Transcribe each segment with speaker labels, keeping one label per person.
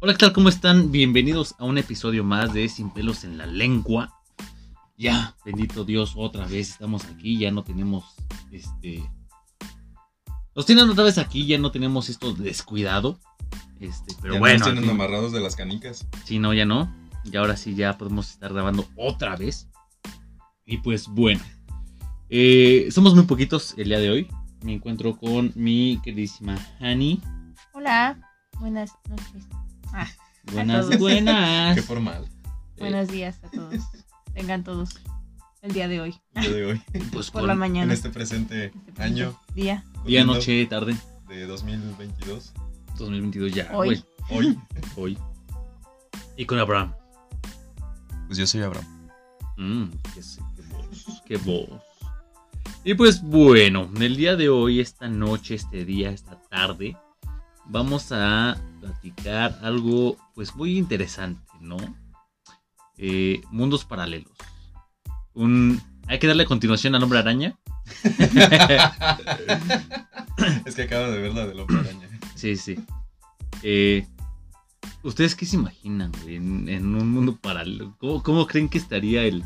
Speaker 1: Hola, ¿qué tal? ¿Cómo están? Bienvenidos a un episodio más de Sin pelos en la lengua. Ya, bendito Dios, otra vez estamos aquí, ya no tenemos este nos tienen otra vez aquí, ya no tenemos esto descuidado. Este, pero
Speaker 2: Ya no
Speaker 1: bueno,
Speaker 2: nos tienen
Speaker 1: al fin-
Speaker 2: amarrados de las canicas.
Speaker 1: Sí, no, ya no. Y ahora sí, ya podemos estar grabando otra vez. Y pues bueno, eh, somos muy poquitos el día de hoy. Me encuentro con mi queridísima Hani.
Speaker 3: Hola, buenas noches,
Speaker 1: Buenas,
Speaker 3: todos.
Speaker 1: buenas.
Speaker 2: Qué formal.
Speaker 1: Eh,
Speaker 3: buenos días a todos. Tengan todos el día de hoy,
Speaker 2: el día de hoy.
Speaker 1: pues
Speaker 3: por
Speaker 1: con
Speaker 3: la
Speaker 2: En
Speaker 3: mañana.
Speaker 2: este presente año.
Speaker 3: Día,
Speaker 1: día,
Speaker 2: lindo,
Speaker 1: noche, tarde,
Speaker 2: De 2022.
Speaker 1: 2022 ya,
Speaker 3: Hoy.
Speaker 1: güey.
Speaker 2: Hoy.
Speaker 1: Hoy. Y con Abraham.
Speaker 2: Pues yo soy Abraham.
Speaker 1: Mm, qué, sé, qué voz, qué voz. Y pues bueno, el día de hoy, esta noche, este día, esta tarde, vamos a platicar algo pues muy interesante, ¿no? Eh, mundos paralelos. Un, hay que darle continuación al hombre araña.
Speaker 2: es que acabo de ver la del hombre araña.
Speaker 1: Sí, sí. Eh, ¿Ustedes qué se imaginan güey, en, en un mundo paralelo? ¿Cómo, cómo creen que estaría el,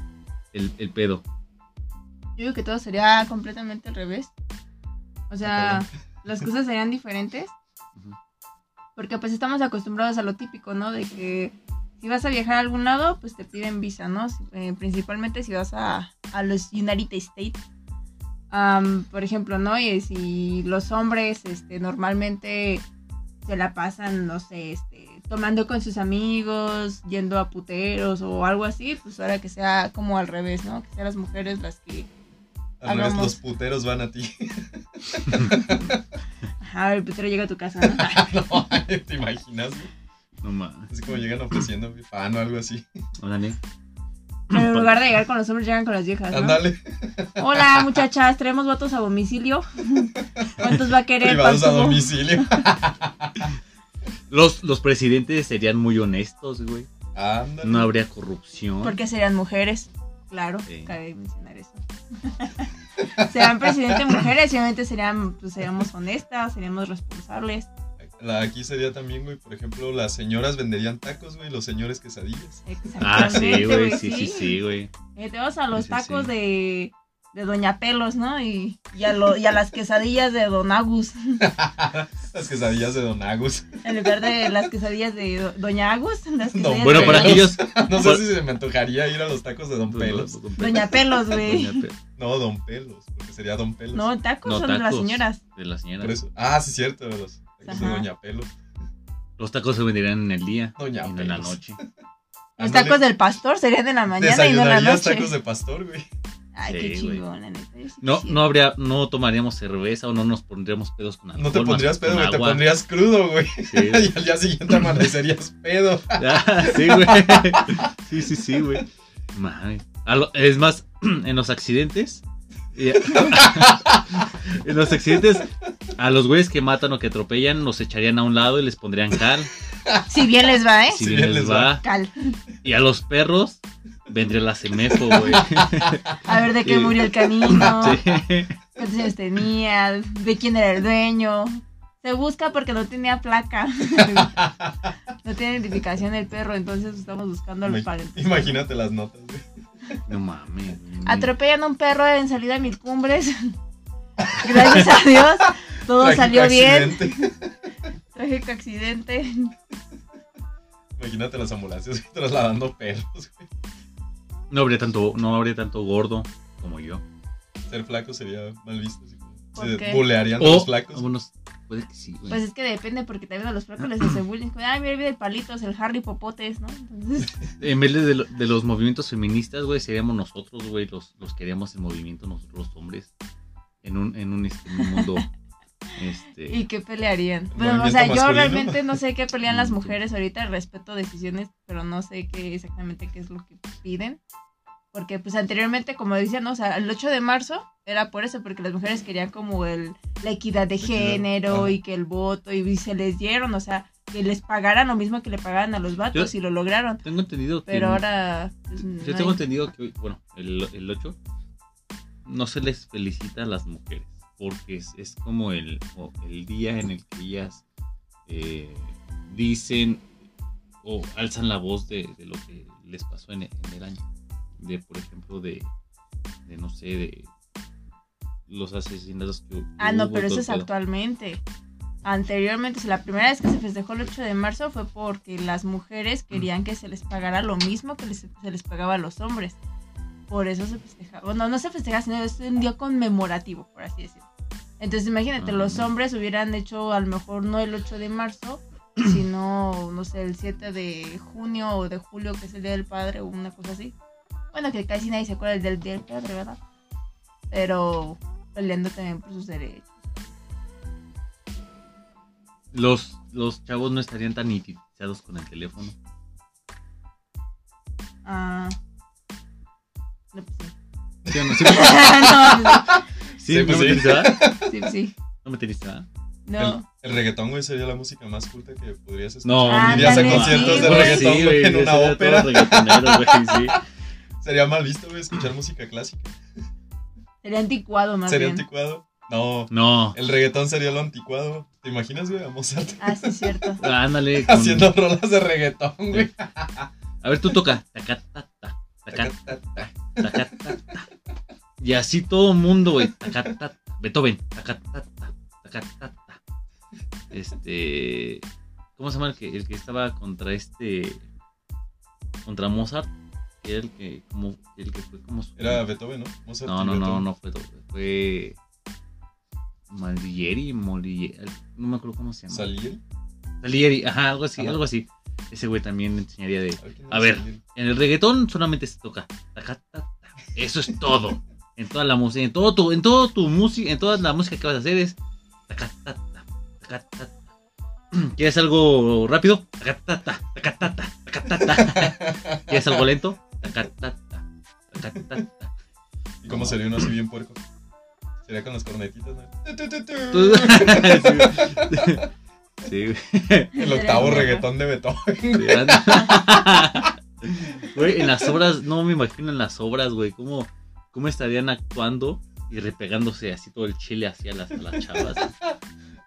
Speaker 1: el, el pedo?
Speaker 3: yo digo que todo sería completamente al revés. O sea,
Speaker 2: Ah,
Speaker 3: las cosas serían diferentes.
Speaker 1: Ujú.
Speaker 3: Porque pues estamos acostumbrados a lo típico, ¿no? De que si vas a viajar a algún lado, pues te piden visa, ¿no? Si- eh, principalmente si vas a, a los United States. Am, por ejemplo, ¿no? Y si los hombres este, normalmente se la pasan, no sé, este, tomando con sus amigos, yendo a puteros o algo así, pues ahora que sea como al revés, ¿no? Que sean las mujeres las que...
Speaker 2: Al revés,
Speaker 3: Hagamos.
Speaker 2: los puteros van a ti.
Speaker 3: Ajá, el putero llega a tu casa, ¿no?
Speaker 2: no, ¿te imaginas? güey?
Speaker 1: No más.
Speaker 2: Así como llegan ofreciendo mi pan o algo así.
Speaker 1: Ándale.
Speaker 3: Pero en lugar de llegar con los hombres, llegan con las viejas, ¿no?
Speaker 2: Ándale,
Speaker 3: Hola, muchachas, traemos votos a domicilio. ¿Cuántos va a querer?
Speaker 2: privados a
Speaker 3: Pantubo?
Speaker 2: domicilio.
Speaker 1: Los, los presidentes serían muy honestos, güey.
Speaker 2: Ándale.
Speaker 1: No habría corrupción.
Speaker 3: Porque serían mujeres, claro,
Speaker 1: Sí.
Speaker 3: cabe mencionar eso. serán presidente mujeres, y obviamente serían, pues, seríamos honestas, seríamos responsables,
Speaker 1: Ah,
Speaker 2: La- aquí sería también, güey, por ejemplo, las señoras venderían tacos, güey, los señores quesadillas.
Speaker 1: Ah, sí,
Speaker 3: exactamente,
Speaker 1: güey. Sí, sí, sí, güey.
Speaker 3: Eh, te vas a los
Speaker 1: Sí, sí,
Speaker 3: tacos
Speaker 1: sí.
Speaker 3: de, de Doña Pelos, ¿no? Y, y, a lo- y a las quesadillas de Don Agus,
Speaker 2: Las quesadillas de Don Agus.
Speaker 3: en lugar de las quesadillas de Do- Doña Agus, las
Speaker 2: Don
Speaker 3: quesadillas
Speaker 1: Bueno,
Speaker 3: de
Speaker 1: para
Speaker 2: Pelos.
Speaker 1: aquellos.
Speaker 2: No
Speaker 1: Pues
Speaker 2: sé si se me antojaría ir a los tacos de Don Pelos.
Speaker 3: Doña Pelos, güey.
Speaker 1: Doña Pe-
Speaker 2: No, Don Pelos, porque sería Don Pelos.
Speaker 3: No, tacos
Speaker 1: No,
Speaker 3: son de las
Speaker 1: tacos.
Speaker 3: señoras.
Speaker 1: De la señora.
Speaker 2: Por eso. Ah, sí, cierto, los tacos de
Speaker 3: Ajá.
Speaker 2: Doña Pelos.
Speaker 1: Los tacos se venderían en el día.
Speaker 2: Doña
Speaker 1: y no en la
Speaker 2: Pelos.
Speaker 1: noche.
Speaker 3: Los
Speaker 2: Ándale,
Speaker 3: tacos del pastor serían de la mañana y no de la
Speaker 2: desayunarías
Speaker 3: noche.
Speaker 2: tacos de pastor, güey.
Speaker 3: Ay,
Speaker 1: Sí,
Speaker 3: qué
Speaker 1: güey.
Speaker 3: chingón, la neta. yo sí
Speaker 1: No,
Speaker 3: quisiera.
Speaker 1: no habría, no tomaríamos cerveza o no nos pondríamos pedos con alcohol.
Speaker 2: No te
Speaker 1: más
Speaker 2: pondrías
Speaker 1: que
Speaker 2: pedo,
Speaker 1: con
Speaker 2: güey, te
Speaker 1: agua.
Speaker 2: pondrías crudo, güey.
Speaker 1: Sí, güey.
Speaker 2: Y al día siguiente amanecerías pedo.
Speaker 1: Ah, sí, güey. Sí, sí, sí, güey. Mami. A lo- Es más, en los accidentes. eh, en los accidentes, a los güeyes que matan o que atropellan, los echarían a un lado y les pondrían cal.
Speaker 3: Si bien les va, ¿eh?
Speaker 1: Si bien les va.
Speaker 3: Cal.
Speaker 1: Y a los perros, vendría la semefo, güey.
Speaker 3: A ver de qué
Speaker 1: Sí.
Speaker 3: murió el canino,
Speaker 1: Sí.
Speaker 3: cuántos años tenía, de quién era el dueño. Se busca porque no tenía placa. no tiene identificación el perro, entonces estamos buscando a los
Speaker 2: Ima-
Speaker 3: parentes.
Speaker 2: Imagínate las notas, güey.
Speaker 1: No mames. güey.
Speaker 3: Atropellan a un perro en salida a mil cumbres. Gracias a Dios, todo
Speaker 2: Trágico
Speaker 3: salió bien.
Speaker 2: accidente.
Speaker 3: Trágico accidente.
Speaker 2: Imagínate las ambulancias güey, trasladando perros, güey.
Speaker 1: No habría tanto, no habría tanto gordo como yo.
Speaker 2: Ser flaco sería mal visto. así como-
Speaker 3: ¿Por
Speaker 2: Se
Speaker 3: qué?
Speaker 2: bulearían a
Speaker 1: O
Speaker 2: los flacos.
Speaker 1: algunos- puede que sí, güey.
Speaker 3: Pues es que depende, porque también a los flacos les hace bullying. como, Ay, mira, mira el palitos, el Harry Popotes, ¿no? Entonces,
Speaker 1: En vez de, de lo- de los movimientos feministas, güey, seríamos nosotros, güey, los, los queríamos en movimiento, nosotros los hombres, en un, en un, este, en un mundo, este,
Speaker 3: ¿y qué pelearían?
Speaker 2: El
Speaker 3: Bueno, o
Speaker 2: movimiento
Speaker 3: sea, yo
Speaker 2: masculino.
Speaker 3: realmente no sé qué pelean las
Speaker 1: Mm.
Speaker 3: mujeres ahorita, respeto decisiones, pero no sé qué exactamente qué es lo que piden. Porque, pues, anteriormente, como decían, ¿no? o sea, el 8 de marzo era por eso, porque las mujeres querían como el, la equidad de
Speaker 2: equidad,
Speaker 3: género
Speaker 2: ajá.
Speaker 3: y que el voto, y, y se les dieron, o sea, que les pagaran lo mismo que le pagaban a los vatos y lo lograron.
Speaker 1: tengo entendido que,
Speaker 3: Pero ahora, pues,
Speaker 1: yo
Speaker 3: no
Speaker 1: tengo
Speaker 3: hay-
Speaker 1: entendido que, hoy, bueno, el, el 8, no se les felicita a las mujeres, porque es, es como el, o el día en el que ellas eh, dicen o alzan la voz de, de lo que les pasó en, en el año. De, por ejemplo, de, de, no sé, de los asesinatos que hu-
Speaker 3: Ah, no,
Speaker 1: hubo,
Speaker 3: pero eso
Speaker 1: todo
Speaker 3: es
Speaker 1: el pedo.
Speaker 3: actualmente. Anteriormente, o sea, la primera vez que se festejó el 8 de marzo fue porque las mujeres
Speaker 1: Mm.
Speaker 3: querían que se les pagara lo mismo que les- se les pagaba a los hombres. Por eso se festejaba. Bueno, no se festejaba, sino es un día conmemorativo, por así decirlo. Entonces, imagínate,
Speaker 1: Ah.
Speaker 3: los hombres hubieran hecho a lo mejor no el 8 de marzo, sino, no sé, el 7 de junio o de julio, que es el Día del Padre o una cosa así. Bueno, que casi nadie se acuerda del Día del Padre, ¿verdad? Pero peleando también por sus derechos.
Speaker 1: Los, los chavos no estarían tan identificados con el teléfono.
Speaker 3: Ah. No, pues sí.
Speaker 1: ¿Sí o no? ¿Sí, sí, no
Speaker 2: Sí,
Speaker 3: no,
Speaker 2: pues
Speaker 1: me
Speaker 2: sí.
Speaker 1: teniste, ¿verdad?
Speaker 3: pues sí, pues sí.
Speaker 1: ¿No me teniste, ¿verdad?
Speaker 3: No.
Speaker 2: El, el reggaetón, güey, sería la música más culta que podrías escuchar.
Speaker 1: No,
Speaker 3: Ah,
Speaker 1: irías
Speaker 2: irías a
Speaker 3: ándale,
Speaker 2: conciertos
Speaker 3: sí,
Speaker 1: Pues
Speaker 2: de
Speaker 3: güey.
Speaker 2: reggaetón güey, en
Speaker 1: yo
Speaker 2: una
Speaker 1: sería todo
Speaker 2: ópera.
Speaker 1: reggaetonero, güey, sí.
Speaker 2: Sería mal visto, güey, escuchar música clásica.
Speaker 3: Sería anticuado más
Speaker 2: Sería
Speaker 3: bien.
Speaker 2: anticuado. No,
Speaker 1: No,
Speaker 2: el reggaetón sería lo anticuado. ¿Te imaginas, güey, a Mozart
Speaker 3: Ah, sí, cierto.
Speaker 1: ándale. con-
Speaker 2: haciendo rolas de reggaetón, güey?
Speaker 1: A ver, tú toca. Tacatata, tacatata, tacatata. Y así todo el mundo, güey. Tacatata. Beethoven. Tacatata, tacatata. Este. ¿Cómo se llama el que, el que estaba contra este. contra Mozart? Que era el que, como, el que fue como su.
Speaker 2: Era Beethoven, ¿no? Mozart
Speaker 1: No,
Speaker 2: y
Speaker 1: no, no,
Speaker 2: Beethoven.
Speaker 1: no fue Beethoven, Fue. Malieri, Molieri. No me acuerdo cómo se llama.
Speaker 2: ¿Salieri?
Speaker 1: Salieri, ajá, algo así,
Speaker 2: Ajá.
Speaker 1: algo así. Ese güey también enseñaría de.
Speaker 2: ver, ¿quién
Speaker 1: A
Speaker 2: era
Speaker 1: ver.
Speaker 2: Salieri?
Speaker 1: En el reggaetón solamente se toca. tacatata. Eso es todo. En toda la música, en todo tu, en todo tu música, en toda la música que vas a hacer es tacatata, tacatata. ¿Quieres algo rápido? Tacatata, tacatata, tacatata. ¿Quieres algo lento? Tacatata, tacatata.
Speaker 2: ¿Y cómo sería uno así bien puerco? Sería con las cornetitas, ¿no? Tu, tu, tu, tu.
Speaker 1: Tú- Sí, güey.
Speaker 2: El
Speaker 3: Sería
Speaker 2: octavo
Speaker 3: anticuado.
Speaker 2: reggaetón de Beethoven.
Speaker 1: Sí, anda. Güey, en las obras, no me imagino en las obras, güey, cómo, cómo estarían actuando y repegándose así todo el chile hacia las, a las chavas.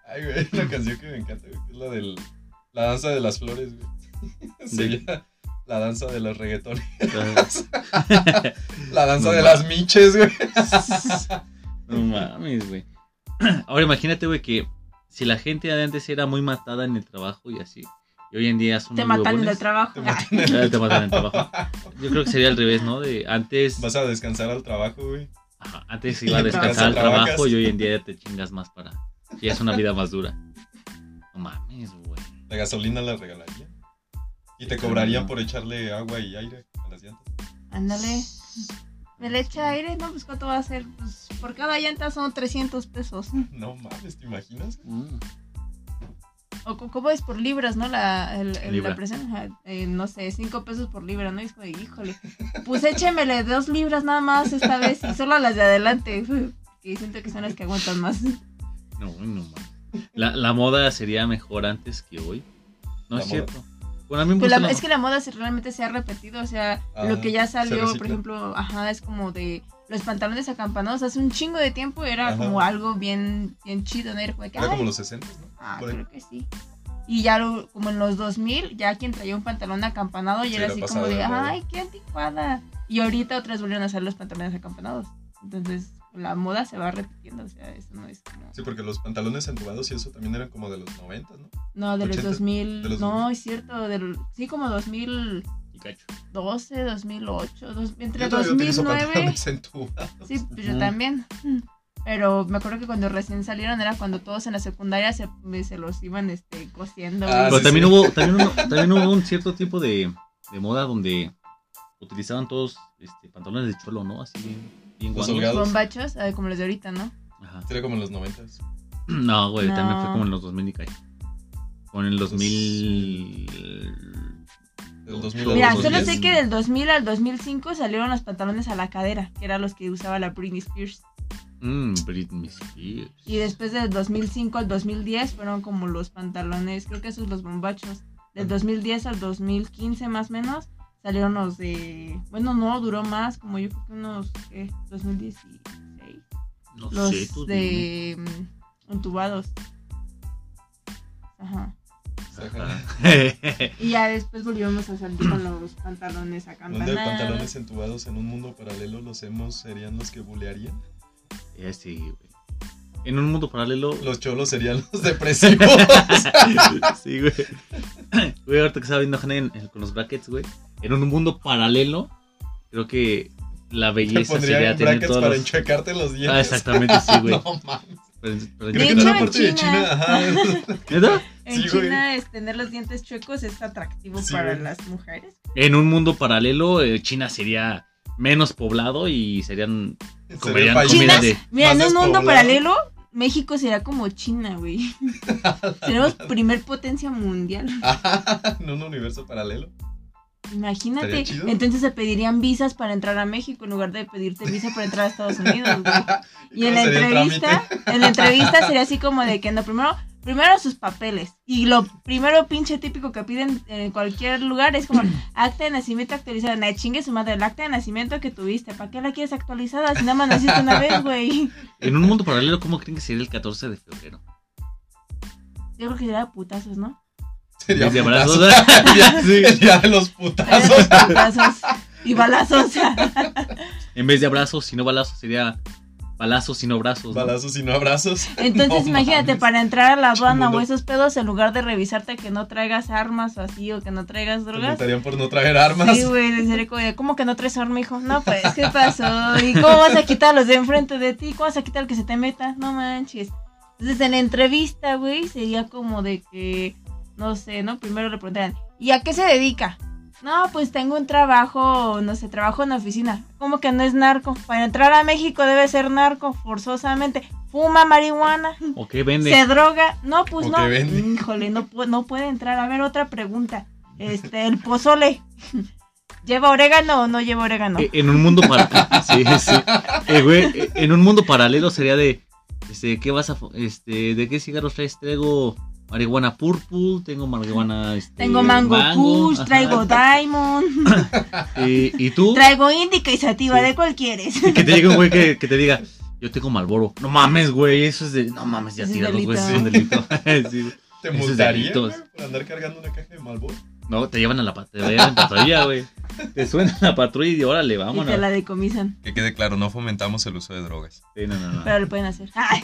Speaker 2: Ay, güey, hay una canción que me encanta, güey, que es la del... La danza de las flores, güey. Sería la danza de los reggaetones. La danza
Speaker 1: No
Speaker 2: de
Speaker 1: mames.
Speaker 2: las miches, güey.
Speaker 1: No mames, güey. Ahora imagínate, güey, que si la gente de antes era muy matada en el trabajo y así, y hoy en día son
Speaker 3: Te
Speaker 1: unos
Speaker 3: matan en el
Speaker 1: huevones,
Speaker 3: trabajo.
Speaker 2: Te matan en
Speaker 1: Ah,
Speaker 2: el
Speaker 1: te matan en el
Speaker 2: trabajo.
Speaker 1: Yo creo que sería al revés, ¿no? De antes,
Speaker 2: Vas a descansar al trabajo, güey.
Speaker 1: ajá, antes
Speaker 2: Y
Speaker 1: iba a
Speaker 2: en tu
Speaker 1: descansar
Speaker 2: casa
Speaker 1: al
Speaker 2: trabajas.
Speaker 1: trabajo y hoy en día ya te chingas más para. Ya es una vida más dura. No mames, güey.
Speaker 2: La gasolina la regalarían. Y te
Speaker 1: Sí,
Speaker 2: cobrarían
Speaker 1: no.
Speaker 2: por echarle agua y aire a las llantas.
Speaker 3: Ándale. Me le echa aire, ¿no? Pues cuánto va a ser. Pues por cada llanta son 300 pesos.
Speaker 2: No mames, ¿te imaginas?
Speaker 1: Mm.
Speaker 3: O co- cómo es por libras, ¿no? La, el- el-
Speaker 1: Libra.
Speaker 3: la presión, ajá, eh, no sé, cinco pesos por libra, ¿no? Y es como, de, híjole, pues échemele dos libras nada más esta vez y solo las de adelante, que siento que son las que aguantan más.
Speaker 1: No, uy, no mames. La, la moda sería mejor antes que hoy. No
Speaker 2: La
Speaker 1: es
Speaker 2: moda.
Speaker 1: cierto. Bueno, a mí me
Speaker 3: Pues
Speaker 1: gusta
Speaker 3: la-
Speaker 1: la-
Speaker 3: es que la moda se, realmente se ha repetido, o sea,
Speaker 2: Ah,
Speaker 3: lo que ya salió, por
Speaker 2: recicla.
Speaker 3: ejemplo, ajá, es como de los pantalones acampanados, hace un chingo de tiempo era
Speaker 2: Ajá.
Speaker 3: como algo bien, bien chido, ¿no? Era como de que,
Speaker 2: Era
Speaker 3: "Ay,
Speaker 2: como los 60, ¿no?
Speaker 3: Ah,
Speaker 2: Por ahí.
Speaker 3: creo que sí. Y ya lo- como en los 2000, ya quien traía un pantalón acampanado y
Speaker 2: Sí,
Speaker 3: era
Speaker 2: era
Speaker 3: así
Speaker 2: pasado
Speaker 3: como de,
Speaker 2: de moda.
Speaker 3: ay, qué anticuada. Y ahorita otras volvieron a hacer los pantalones acampanados. Entonces, la moda se va repitiendo, o sea, eso no es como...
Speaker 2: Sí, porque los pantalones entubados y eso también eran como de los 90, ¿no?
Speaker 3: No, de los
Speaker 2: 80,
Speaker 3: 2000,
Speaker 2: de los
Speaker 3: no,
Speaker 2: 2000.
Speaker 3: es cierto, del, sí, como 2012,
Speaker 1: Y cacho.
Speaker 2: Ah,
Speaker 3: 2008, dos- entre
Speaker 2: Yo todavía utilizo
Speaker 3: 2009...
Speaker 2: pantalones entubados.
Speaker 3: Sí, pues yo
Speaker 1: Ujú.
Speaker 3: también. Pero me acuerdo que cuando recién salieron era cuando todos en la secundaria se, se los iban este, cosiendo.
Speaker 2: Ah,
Speaker 3: y-
Speaker 1: Pero
Speaker 2: sí,
Speaker 1: también,
Speaker 2: sí.
Speaker 1: Hubo, también, hubo, también hubo un cierto tipo de, de moda donde utilizaban todos este, pantalones de cholo, ¿no? Así bien, bien
Speaker 2: Los
Speaker 1: guangos.
Speaker 2: holgados.
Speaker 3: bombachos, eh, como los de ahorita, ¿no?
Speaker 1: Ajá.
Speaker 2: Era como en los 90.
Speaker 1: No, güey, también
Speaker 3: No.
Speaker 1: fue como en los 2000 y cacho. Con el
Speaker 2: Pues
Speaker 1: 2000.
Speaker 2: Del 2000
Speaker 1: Todos
Speaker 3: Mira,
Speaker 1: los
Speaker 3: solo
Speaker 1: días.
Speaker 3: sé que del 2000 al 2005 salieron los pantalones a la cadera, que eran los que usaba la Britney Spears.
Speaker 1: Mm, Britney Spears.
Speaker 3: Y después del 2005 al 2010 fueron como los pantalones, creo que esos los bombachos. Del
Speaker 2: Ajá.
Speaker 3: 2010 al 2015 más o menos salieron los de... Bueno, no, duró más, como yo creo que unos... ¿Qué? 2016.
Speaker 1: No
Speaker 2: Pues
Speaker 3: Los
Speaker 1: sé, tú dime.
Speaker 3: de... mm, Entubados. Ajá.
Speaker 2: Ajá.
Speaker 3: Y ya después volvimos a salir con los pantalones
Speaker 2: Hablando de pantalones
Speaker 3: acampanados.
Speaker 2: entubados en un mundo paralelo, los emos serían los que bulearían.
Speaker 1: Ya sí, güey. En un mundo paralelo.
Speaker 2: Los cholos serían los depresivos.
Speaker 1: sí, güey. Güey, ahorita que estaba viendo Hannah en- en- con los brackets, güey. En un mundo paralelo, creo que la
Speaker 2: Te
Speaker 1: belleza sería
Speaker 2: pondrían
Speaker 1: tener
Speaker 2: brackets
Speaker 1: todas
Speaker 2: para
Speaker 1: las-
Speaker 2: enchecarte los dientes.
Speaker 1: Ah, exactamente, sí, güey. Pues
Speaker 2: No mames.
Speaker 1: Pero- pero-
Speaker 2: Creo
Speaker 3: De
Speaker 2: que
Speaker 3: hecho,
Speaker 2: toda
Speaker 3: en
Speaker 2: parte de China,
Speaker 3: China.
Speaker 2: ajá.
Speaker 1: ¿Neta?
Speaker 3: En
Speaker 2: Sí, güey.
Speaker 3: China, es tener los dientes chuecos es atractivo
Speaker 2: Sí,
Speaker 3: para
Speaker 2: güey.
Speaker 3: las mujeres.
Speaker 1: En un mundo paralelo, eh, China sería menos poblado y serían
Speaker 2: Sería
Speaker 1: comerían
Speaker 2: país
Speaker 1: comida
Speaker 3: China.
Speaker 1: de.
Speaker 3: Mira,
Speaker 2: Más
Speaker 3: en un mundo
Speaker 2: despoblado.
Speaker 3: paralelo, México será como China, güey. Tenemos primer potencia mundial.
Speaker 2: Ajá, en un universo paralelo.
Speaker 3: Imagínate.
Speaker 2: Estaría chido.
Speaker 3: Entonces se pedirían visas para entrar a México en lugar de pedirte visa para entrar a Estados Unidos, güey. Y en la
Speaker 2: ¿Cómo sería el
Speaker 3: entrevista, en la entrevista sería así como de que no, primero, primero sus papeles. Y lo primero pinche típico que piden en cualquier lugar es como acta de nacimiento actualizada. Nah, chingue su madre, el acta de nacimiento que tuviste, ¿para qué la quieres actualizada? Si nada más naciste una vez, güey.
Speaker 1: En un mundo paralelo, ¿cómo creen que sería el 14 de febrero?
Speaker 3: Yo creo que sería de putazos, ¿no?
Speaker 2: Sería
Speaker 1: de
Speaker 2: putazos.
Speaker 1: abrazos.
Speaker 2: Ya, el día de los
Speaker 3: Sería de
Speaker 2: putazos.
Speaker 3: putazos y balazos.
Speaker 1: En vez de abrazos, sino balazos, sería balazos, sino brazos. ¿no?
Speaker 2: Balazos y no abrazos.
Speaker 3: Entonces
Speaker 2: No
Speaker 3: imagínate,
Speaker 2: mames.
Speaker 3: para entrar a la aduana
Speaker 2: Mundo.
Speaker 3: o esos pedos, en lugar de revisarte que no traigas armas o así, o que no traigas
Speaker 2: Te
Speaker 3: drogas,
Speaker 2: multarían por no traer armas.
Speaker 3: Sí, güey, en serio, como de, ¿cómo que no traes arma, hijo? No, pues, ¿qué pasó? ¿Y cómo vas a quitar a los de enfrente de ti? ¿Cómo vas a quitar al que se te meta? No manches. Entonces, en la entrevista, güey, sería como de que, no sé, ¿no? Primero le preguntarían, ¿y a qué se dedica? No, pues tengo un trabajo, no sé, trabajo en oficina. ¿Cómo que no es narco? Para entrar a México debe ser narco, forzosamente. Fuma marihuana,
Speaker 1: ¿O qué vende?
Speaker 3: se droga. No, pues
Speaker 2: ¿O
Speaker 3: no.
Speaker 2: qué vende?
Speaker 3: Híjole, no, pu- no puede entrar. A ver, otra pregunta. Este, el pozole. ¿Lleva orégano o no lleva orégano?
Speaker 1: Eh, En un mundo paralelo. sí, sí. Eh, güey, eh, en un mundo paralelo sería de. Este, ¿qué vas a. fu- Este, ¿de qué cigarros traes? Traigo marihuana purple, tengo marihuana. este,
Speaker 3: Tengo mango, push,
Speaker 1: ajá.
Speaker 3: traigo diamond,
Speaker 1: Eh, ¿Y tú?
Speaker 3: traigo indica y sativa,
Speaker 1: Sí.
Speaker 3: ¿de cuál quieres?
Speaker 1: Y que te llegue un güey que, que te diga, yo tengo Malboro. No mames, güey, eso es de. No mames, ya
Speaker 3: Es un
Speaker 1: tíralos, güey, eso es un delito.
Speaker 2: delito.
Speaker 1: Sí, güey.
Speaker 2: Te
Speaker 1: Esos
Speaker 2: multarían
Speaker 1: delitos.
Speaker 2: güey, por andar cargando una caja de Malboro.
Speaker 1: No, te llevan a la pat- te llevan a la patrulla, güey. Te suena la patrulla y órale,
Speaker 3: Y
Speaker 1: vámonos.
Speaker 3: te la decomisan,
Speaker 4: Que quede claro, no fomentamos el uso de drogas.
Speaker 1: Sí, no, no, no.
Speaker 3: pero lo pueden hacer. Ay,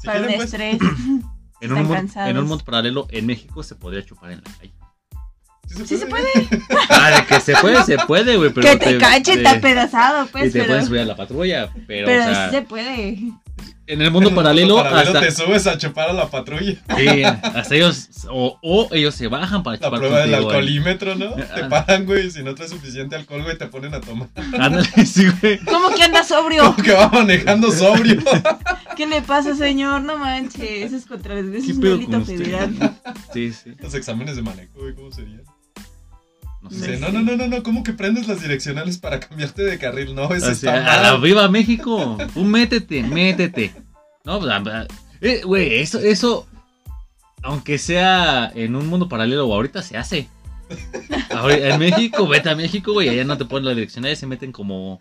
Speaker 2: Si
Speaker 3: para un
Speaker 2: quieren, pues,
Speaker 3: estrés.
Speaker 1: en, un
Speaker 3: Están
Speaker 1: mundo,
Speaker 3: cansados.
Speaker 1: en un mundo paralelo, en México se podría chupar en la calle.
Speaker 3: Sí se puede,
Speaker 1: Ah, de que se puede, se puede, güey. pero
Speaker 3: que te cachen tan pedazado,
Speaker 1: Y
Speaker 3: pues,
Speaker 1: te
Speaker 3: pero,
Speaker 1: pueden subir a la patrulla, pero,
Speaker 3: pero
Speaker 1: o sea,
Speaker 3: sí se puede.
Speaker 1: en el mundo
Speaker 2: En un
Speaker 1: paralelo, hasta,
Speaker 2: te subes a chupar a la patrulla.
Speaker 1: sí, hasta ellos, o, o ellos se bajan para
Speaker 2: La
Speaker 1: chupar
Speaker 2: prueba del
Speaker 1: contigo, güey.
Speaker 2: alcoholímetro, ¿no?
Speaker 1: Ah.
Speaker 2: Te paran, güey, y si no traes suficiente alcohol, güey, te ponen a tomar.
Speaker 1: Ándale, sí, güey.
Speaker 3: ¿Cómo que anda sobrio?
Speaker 2: Como que va manejando sobrio.
Speaker 3: ¿Qué le pasa, señor? No manches, eso es contra el
Speaker 1: ¿Qué
Speaker 3: es un
Speaker 1: pedo con
Speaker 3: delito
Speaker 1: usted?
Speaker 3: federal.
Speaker 1: Sí, sí.
Speaker 2: Los exámenes de manejo, güey, ¿cómo serían?
Speaker 1: No
Speaker 2: Dice,
Speaker 1: sé.
Speaker 2: no, no, no, no, no, ¿cómo que prendes las direccionales para cambiarte de carril? No, eso
Speaker 1: O sea,
Speaker 2: está
Speaker 1: a la
Speaker 2: mal.
Speaker 1: viva México. Tú métete, métete. No, pues, ah, eh, güey, eso, eso, aunque sea en un mundo paralelo o ahorita se hace. Ahora, en México, vete a México, güey, allá no te ponen la dirección, allá se meten como,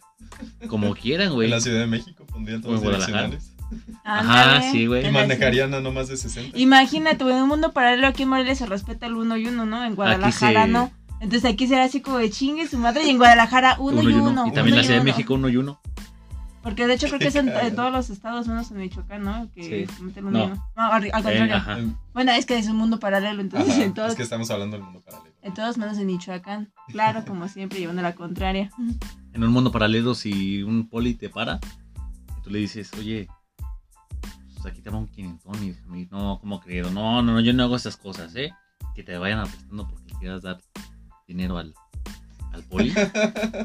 Speaker 1: como quieran, güey.
Speaker 2: En la Ciudad de México pondrían todas
Speaker 1: O en
Speaker 2: las
Speaker 1: Guadalajara.
Speaker 2: direccionales.
Speaker 1: Ajá,
Speaker 3: Ándale.
Speaker 1: sí, güey.
Speaker 2: Y
Speaker 3: En la
Speaker 2: manejarían a no más de 60.
Speaker 3: Imagínate, güey, en un mundo paralelo aquí en Morelia se respeta el uno y uno, ¿no? En Guadalajara
Speaker 1: se-
Speaker 3: no. Entonces aquí será así como de chingue su madre y en Guadalajara uno, y uno.
Speaker 1: Y también
Speaker 3: uno
Speaker 1: la Ciudad de
Speaker 3: uno.
Speaker 1: México, uno y uno.
Speaker 3: Porque de hecho creo que es en, en
Speaker 2: Cagado.
Speaker 3: todos los estados menos en Michoacán, ¿no? Que
Speaker 1: Sí.
Speaker 3: se mete el uno
Speaker 1: No.
Speaker 3: y uno. No, al, al
Speaker 1: Eh,
Speaker 3: contrario.
Speaker 1: ajá.
Speaker 3: bueno, es que es un mundo paralelo, entonces
Speaker 2: Ajá,
Speaker 3: en todos.
Speaker 2: Es que estamos hablando del mundo paralelo.
Speaker 3: En todos menos en Michoacán. Claro, como siempre, llevando la contraria.
Speaker 1: En un mundo paralelo, si un poli te para, y tú le dices, oye, pues aquí te va un quinientón. Y déjame ir". no, ¿cómo creído? No, no, no, yo no hago esas cosas, ¿eh? Que te vayan apestando porque quieras dar dinero al, al poli.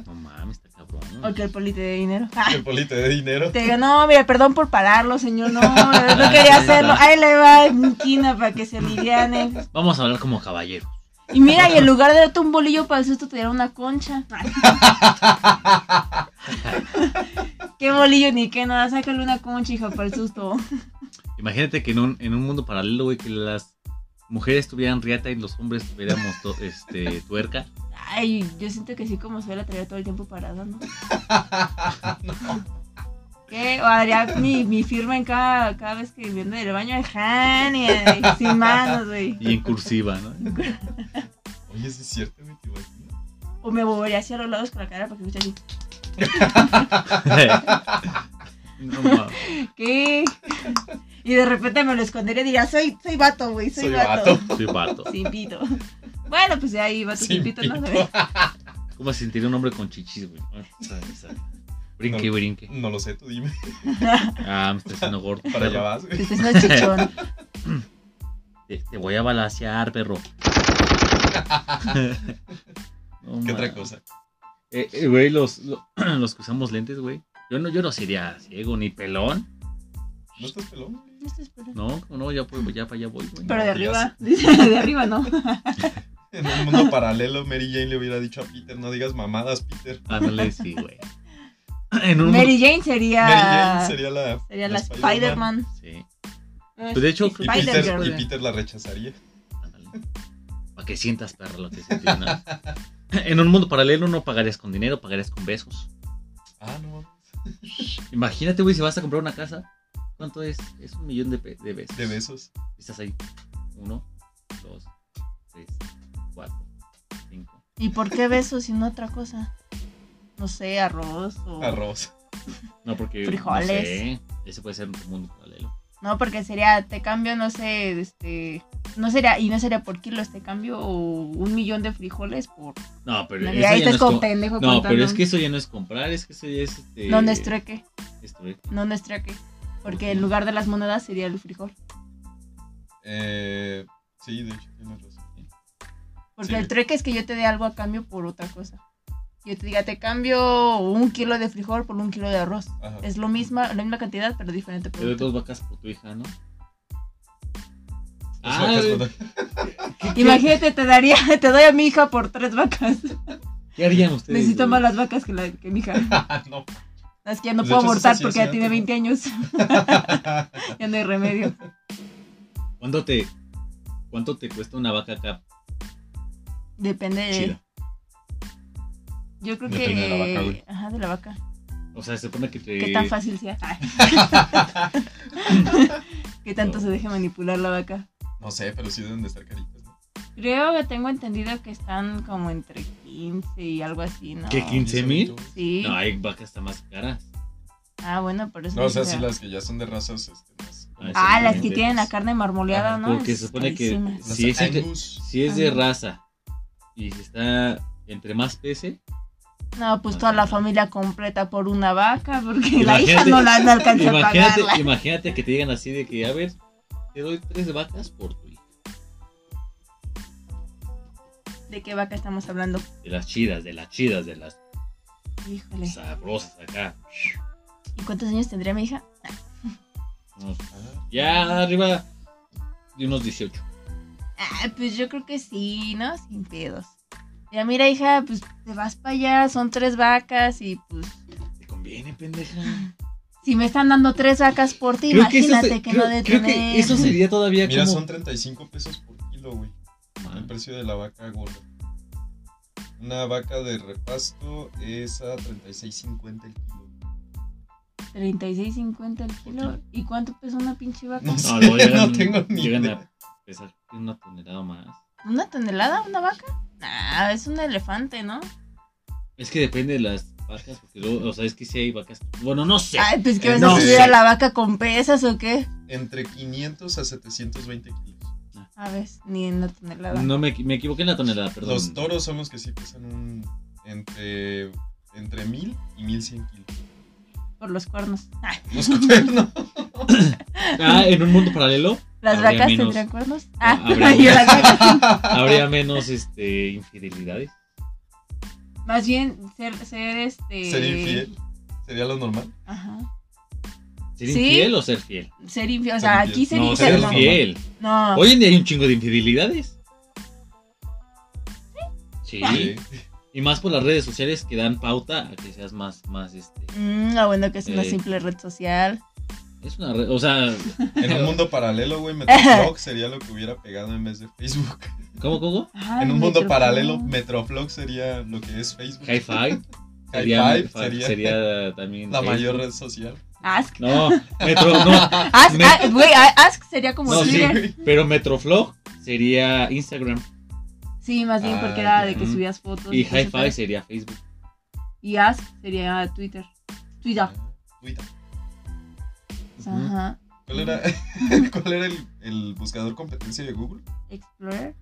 Speaker 1: No mames, está cabrón.
Speaker 3: Porque el poli te dé dinero. Ah,
Speaker 2: Que el poli te dé dinero.
Speaker 3: Te digo, no, mira, perdón por pararlo, señor. No, la verdad no quería hacerlo. Ahí le va un quina para que se aliviane.
Speaker 1: Vamos a hablar como caballeros.
Speaker 3: Y mira, y en lugar de darte un bolillo para el susto, te dieron una concha. qué bolillo ni qué nada, sácale una concha, hija, para el susto.
Speaker 1: Imagínate que en un, en un mundo paralelo, güey, que las mujeres tuvieran riata y los hombres tuviéramos to- este, tuerca.
Speaker 3: Ay, yo siento que sí, como suele traer todo el tiempo parada, ¿no?
Speaker 2: No.
Speaker 3: qué. O haría mi, mi firma en cada, cada vez que viendo del baño de Hania, güey, sin manos, güey.
Speaker 1: Y en cursiva, ¿no?
Speaker 2: Oye, sí es cierto, güey, te imaginas.
Speaker 3: O me movería hacia los lados con la cara para que me así.
Speaker 1: no mames.
Speaker 3: ¿Qué? Y de repente me lo escondería y diría, soy, soy vato, güey, soy,
Speaker 2: Soy
Speaker 3: vato.
Speaker 1: Soy vato.
Speaker 3: Sin pito. Bueno, pues ya ahí vato sin,
Speaker 2: Sin
Speaker 3: pito, ¿no?
Speaker 2: pito.
Speaker 1: ¿Cómo se sentiría un hombre con chichis, güey? Ah, sabe, sabe. Brinque,
Speaker 2: No.
Speaker 1: brinque.
Speaker 2: No lo sé, tú dime.
Speaker 1: Ah, me está haciendo gordo.
Speaker 2: Para allá
Speaker 1: perro.
Speaker 2: vas, güey.
Speaker 3: Este es más chichón.
Speaker 1: Te, te voy a balasear, perro. No
Speaker 2: ¿Qué otra
Speaker 1: mames.
Speaker 2: cosa?
Speaker 1: Eh, eh, güey, los, lo- los que usamos lentes, güey. Yo no, yo no sería ciego ni pelón.
Speaker 2: ¿No estás pelón? güey?
Speaker 3: Este es pelón.
Speaker 1: No, no, ya, pues, ya para allá voy, güey.
Speaker 3: Pero de
Speaker 2: No, ya
Speaker 3: arriba, dice, de arriba no.
Speaker 2: En un mundo paralelo, Mary Jane le hubiera dicho a Peter, no digas mamadas, Peter.
Speaker 1: Ándale, sí, güey. En un
Speaker 3: Mary Jane sería.
Speaker 2: Mary Jane sería la...
Speaker 3: sería la Spider-Man.
Speaker 1: Sí,
Speaker 3: No,
Speaker 1: Pues de hecho,
Speaker 2: Y
Speaker 1: Spider-Girl,
Speaker 2: Peter, y
Speaker 3: Spider-Girl.
Speaker 2: Peter la rechazaría.
Speaker 1: ándale. Para que sientas, perra, lo que sentí, ¿no? En un mundo paralelo no pagarías con dinero, pagarías con besos.
Speaker 2: Ah, no.
Speaker 1: Imagínate, güey, si vas a comprar una casa, ¿cuánto es? Es un millón de, pe- de besos.
Speaker 2: De besos.
Speaker 1: Estás ahí. Uno, dos, tres, cuatro, cinco.
Speaker 3: ¿Y por qué besos y no otra cosa? No sé, arroz o.
Speaker 2: Arroz.
Speaker 1: No, porque.
Speaker 3: Frijoles.
Speaker 1: No sé, ese puede ser un mundo paralelo.
Speaker 3: No, porque sería, te cambio, no sé, este. No sería, y no sería por kilos, te cambio un millón de frijoles por.
Speaker 1: No, pero.
Speaker 3: Y
Speaker 1: eso
Speaker 3: ahí
Speaker 1: ya no
Speaker 3: estás
Speaker 1: es
Speaker 3: con
Speaker 1: com-
Speaker 3: pendejo
Speaker 1: No,
Speaker 3: contando.
Speaker 1: pero es que eso ya no es comprar, es que eso ya es. Este...
Speaker 3: No, no es trueque,
Speaker 1: es trueque.
Speaker 3: no, no es trueque. Porque
Speaker 1: Ok.
Speaker 3: en lugar de las monedas sería el frijol.
Speaker 2: Eh, sí, de hecho, tienes razón.
Speaker 3: Porque
Speaker 2: Sí.
Speaker 3: el trueque es que yo te dé algo a cambio por otra cosa. Yo te diga, te cambio un kilo de frijol por un kilo de arroz.
Speaker 2: Ajá.
Speaker 3: Es lo misma, la misma cantidad, pero diferente
Speaker 1: Te doy
Speaker 3: producto.
Speaker 1: dos vacas por tu hija, ¿no?
Speaker 2: Las
Speaker 1: Ah,
Speaker 2: vacas
Speaker 1: güey.
Speaker 2: no-
Speaker 3: Imagínate, te daría, te doy a mi hija por tres vacas.
Speaker 1: ¿Qué harían ustedes?
Speaker 3: Necesito
Speaker 1: güey?
Speaker 3: más las vacas que, la, que mi hija.
Speaker 2: Ah, no.
Speaker 3: No, Es que ya no
Speaker 2: De
Speaker 3: puedo
Speaker 2: hecho, eso
Speaker 3: abortar
Speaker 2: sí
Speaker 3: porque
Speaker 2: es
Speaker 3: ya tiene
Speaker 2: cierto.
Speaker 3: 20 años.
Speaker 2: Ah,
Speaker 3: ya no hay remedio.
Speaker 1: ¿Cuánto te, ¿Cuánto te cuesta una vaca acá
Speaker 3: Depende de.
Speaker 1: chida?
Speaker 3: Yo creo
Speaker 4: Depende
Speaker 3: que.
Speaker 4: de la vaca, güey.
Speaker 3: Ajá, de la vaca.
Speaker 1: O sea, se supone que te.
Speaker 3: Qué tan fácil sea. Ay. Qué tanto se deje manipular la vaca.
Speaker 2: No sé, pero sí deben de estar caritas, ¿no?
Speaker 3: Creo que tengo entendido que están como entre 15 y algo así, ¿no?
Speaker 1: ¿Qué, 15?
Speaker 2: Según
Speaker 1: mil?
Speaker 2: yo.
Speaker 3: Sí.
Speaker 1: No, hay vacas hasta más caras.
Speaker 3: Ah, bueno, por eso.
Speaker 2: No, o sea,
Speaker 3: dije,
Speaker 2: sí, las que ya son de razas este, más. como
Speaker 3: Ah, las que
Speaker 1: Exactamente.
Speaker 3: tienen la carne marmoleada,
Speaker 2: Ajá,
Speaker 3: ¿no?
Speaker 1: Porque
Speaker 3: Es
Speaker 1: se supone que
Speaker 3: carísima.
Speaker 2: Las
Speaker 1: si es, entre-
Speaker 2: Angus.
Speaker 1: si es de
Speaker 3: Ajá.
Speaker 1: raza y si está entre más pese,
Speaker 3: No, pues toda la familia completa por una vaca, porque la
Speaker 1: Imagínate-
Speaker 3: hija no la no alcanza a
Speaker 1: imagínate,
Speaker 3: pagarla.
Speaker 1: imagínate que te digan así de que, a ver, te doy tres vacas por tu hija.
Speaker 3: ¿De qué vaca estamos hablando?
Speaker 1: De las chidas, de las chidas, de las
Speaker 3: Híjole.
Speaker 1: sabrosas acá.
Speaker 3: ¿Y cuántos años tendría mi hija?
Speaker 1: No,
Speaker 2: Ah,
Speaker 1: Ya arriba de unos 18.
Speaker 3: Ah, pues yo creo que sí, ¿no? Sin pedos. Mira, mira, hija, pues te vas para allá, son tres vacas y pues.
Speaker 1: ¿Te conviene, pendeja?
Speaker 3: Si me están dando tres vacas por ti, imagínate que, no de
Speaker 1: creo que
Speaker 3: tener.
Speaker 1: eso sería todavía
Speaker 2: Mira,
Speaker 1: como... Ah.
Speaker 2: son 35 pesos por kilo, güey. El precio de la vaca gorda. Una vaca de repasto es a 36.50 el kilo.
Speaker 3: 36.50 el kilo.
Speaker 2: Ok.
Speaker 3: ¿Y cuánto pesa una pinche vaca?
Speaker 2: No sé,
Speaker 1: No,
Speaker 2: no,
Speaker 1: luego llegan,
Speaker 2: tengo ni
Speaker 1: llegan
Speaker 2: idea.
Speaker 1: a pesar una tonelada más.
Speaker 3: ¿Una tonelada? ¿Una vaca? Nah, es un elefante, ¿no?
Speaker 1: Es que depende de las vacas, porque luego, o sea, es que si hay vacas... Bueno, no sé.
Speaker 3: Ay, pues que vas
Speaker 1: No
Speaker 3: a subir
Speaker 1: sé.
Speaker 3: a la vaca con pesas o qué.
Speaker 2: Entre 500 a 720 kilos.
Speaker 3: A ver, ni en una tonelada.
Speaker 1: No, me, equi- me equivoqué en la tonelada, perdón.
Speaker 2: Los toros son los que sí pesan un, entre, entre 1000 y 1100 kilos.
Speaker 3: Por los cuernos. Ay,
Speaker 2: Los cuernos.
Speaker 1: Ah, en un mundo paralelo
Speaker 3: ¿Las
Speaker 1: Habría
Speaker 3: vacas
Speaker 1: menos.
Speaker 3: tendrían cuernos? Ah,
Speaker 1: habría-
Speaker 3: y las vacas.
Speaker 1: habría menos este, infidelidades.
Speaker 3: Más bien ser, ser este.
Speaker 2: Ser infiel. Sería lo normal.
Speaker 3: Ajá.
Speaker 1: ¿Ser
Speaker 3: Sí.
Speaker 1: infiel o ser fiel?
Speaker 3: Ser infiel. O
Speaker 2: Ser
Speaker 3: sea,
Speaker 2: infiel.
Speaker 3: aquí ser
Speaker 1: no,
Speaker 3: infiel.
Speaker 1: ser
Speaker 3: No.
Speaker 1: fiel.
Speaker 3: no.
Speaker 1: Hoy en día hay un chingo de infidelidades. Sí. Y más por las redes sociales que dan pauta a que seas más, más este.
Speaker 3: Mm, lo bueno que es una
Speaker 1: Eh.
Speaker 3: simple red social.
Speaker 1: Es una red. O sea,
Speaker 2: En un mundo paralelo, güey, Metroflog sería lo que hubiera pegado en vez de Facebook.
Speaker 1: ¿cómo, cómo?
Speaker 3: Ajá,
Speaker 2: En un mundo
Speaker 3: micrófono.
Speaker 2: paralelo, Metroflog sería lo que es Facebook.
Speaker 1: Hi-Fi.
Speaker 2: Hi-Fi
Speaker 1: sería,
Speaker 2: sería
Speaker 1: sería también.
Speaker 2: La
Speaker 1: Facebook.
Speaker 2: mayor red social.
Speaker 3: Ask.
Speaker 1: No, Metro, no,
Speaker 3: Ask,
Speaker 1: Me-
Speaker 3: ah, güey, a- Ask sería como
Speaker 1: No, sí.
Speaker 3: Twitter. Sí.
Speaker 1: pero Metroflog sería Instagram
Speaker 3: más bien
Speaker 2: Ah,
Speaker 3: porque era
Speaker 2: ya.
Speaker 3: de que
Speaker 1: Ujú.
Speaker 3: subías fotos.
Speaker 1: y
Speaker 3: cosas
Speaker 1: Hi-Fi
Speaker 3: así.
Speaker 1: sería Facebook.
Speaker 3: Y Ask sería Twitter. Twitter.
Speaker 2: Twitter.
Speaker 1: Ujú.
Speaker 3: Ajá.
Speaker 2: ¿Cuál era, cuál era el, el buscador competencia de Google?
Speaker 3: Explorer.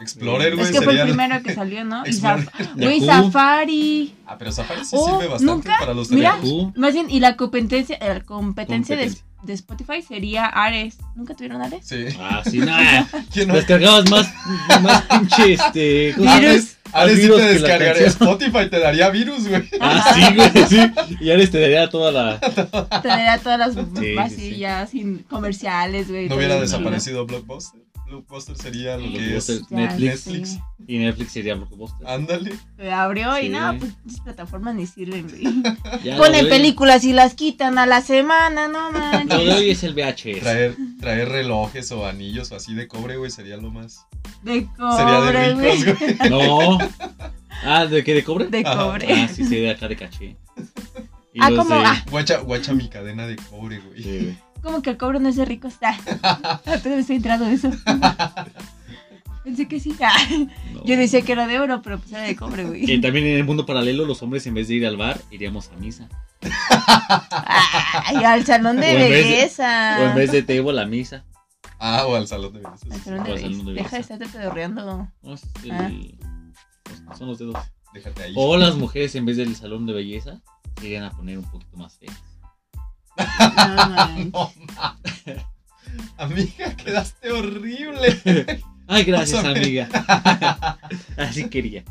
Speaker 2: Explorer, güey.
Speaker 3: Es que fue
Speaker 2: sería-
Speaker 3: el primero que salió, ¿no? Y
Speaker 2: Explorer.
Speaker 3: Saf- Güey,
Speaker 1: Yahoo.
Speaker 3: Safari.
Speaker 2: Ah, pero Safari sí
Speaker 3: Oh,
Speaker 2: sirve bastante
Speaker 3: nunca-
Speaker 2: para los
Speaker 3: mira.
Speaker 2: teléfonos.
Speaker 1: Yahoo,
Speaker 3: Más bien, y la competencia, eh, la competencia, de-
Speaker 1: Competencia.
Speaker 3: De, Spotify sería Ares. ¿Nunca tuvieron Ares?
Speaker 2: Sí.
Speaker 1: Ah, sí, nada.
Speaker 2: ¿Quién no?
Speaker 1: Descargabas más, más pinche este. ¿cómo se llama?
Speaker 3: Virus.
Speaker 2: Ahora sí
Speaker 1: virus
Speaker 2: te
Speaker 1: que la
Speaker 2: descargaría
Speaker 1: canción.
Speaker 2: Spotify, te daría virus, güey.
Speaker 1: Ah, sí, güey, sí. Y Ares te daría toda la.
Speaker 3: Tener todas las
Speaker 1: sí,
Speaker 3: vasillas sin comerciales, güey.
Speaker 2: No hubiera
Speaker 3: todo.
Speaker 2: desaparecido Blockbuster. Blockbuster sería lo que es
Speaker 1: Blockbuster.
Speaker 3: Ya,
Speaker 1: Netflix.
Speaker 2: Netflix.
Speaker 3: sí.
Speaker 1: Y Netflix sería Blockbuster.
Speaker 3: Ah.
Speaker 2: Ándale.
Speaker 3: Se abrió
Speaker 1: Sí.
Speaker 3: y nada, pues las plataformas ni sirven, güey.
Speaker 1: Ya
Speaker 3: Ponen
Speaker 1: lo de-
Speaker 3: películas y las quitan a la semana, no
Speaker 1: Lo de
Speaker 3: manches.
Speaker 1: hoy es el VHS.
Speaker 2: Traer, traer relojes o anillos o así de cobre, güey, sería lo más.
Speaker 3: De
Speaker 2: Sería
Speaker 3: cobre,
Speaker 2: de ricos,
Speaker 3: güey.
Speaker 2: güey.
Speaker 1: No. Ah, ¿de qué? ¿De cobre?
Speaker 3: De
Speaker 2: Ajá.
Speaker 3: cobre.
Speaker 1: Ah, sí, sería acá de caché. Y
Speaker 3: Ah,
Speaker 1: los
Speaker 3: como-
Speaker 1: de-
Speaker 3: ah.
Speaker 2: Guacha, guacha mi cadena de cobre, güey.
Speaker 1: Sí, güey.
Speaker 3: Como que el cobre no es de rico, está. Apenas me estoy entrando de eso. Pensé que sí. ah.
Speaker 1: No.
Speaker 3: Yo decía que era de oro, pero pues era de cobre,
Speaker 1: Que
Speaker 3: güey.
Speaker 1: también en el mundo paralelo los hombres en vez de ir al bar iríamos a misa.
Speaker 3: Ay, Ah, al salón de
Speaker 1: O en vez de-
Speaker 3: belleza.
Speaker 1: O en vez de table a misa.
Speaker 2: Ah, o al salón de
Speaker 3: Al
Speaker 2: belleza.
Speaker 3: salón de
Speaker 1: Al salón de
Speaker 3: belleza.
Speaker 1: belleza.
Speaker 3: Deja de estarte pedorreando.
Speaker 1: No, es el-
Speaker 3: Ah.
Speaker 1: los- Son los dedos.
Speaker 2: Déjate ahí.
Speaker 1: O las mujeres en vez del salón de belleza se irían a poner un poquito más feas.
Speaker 3: No, man.
Speaker 2: No, ma. Amiga, quedaste horrible.
Speaker 1: Ay, gracias,
Speaker 2: Pásame.
Speaker 1: amiga. Así quería.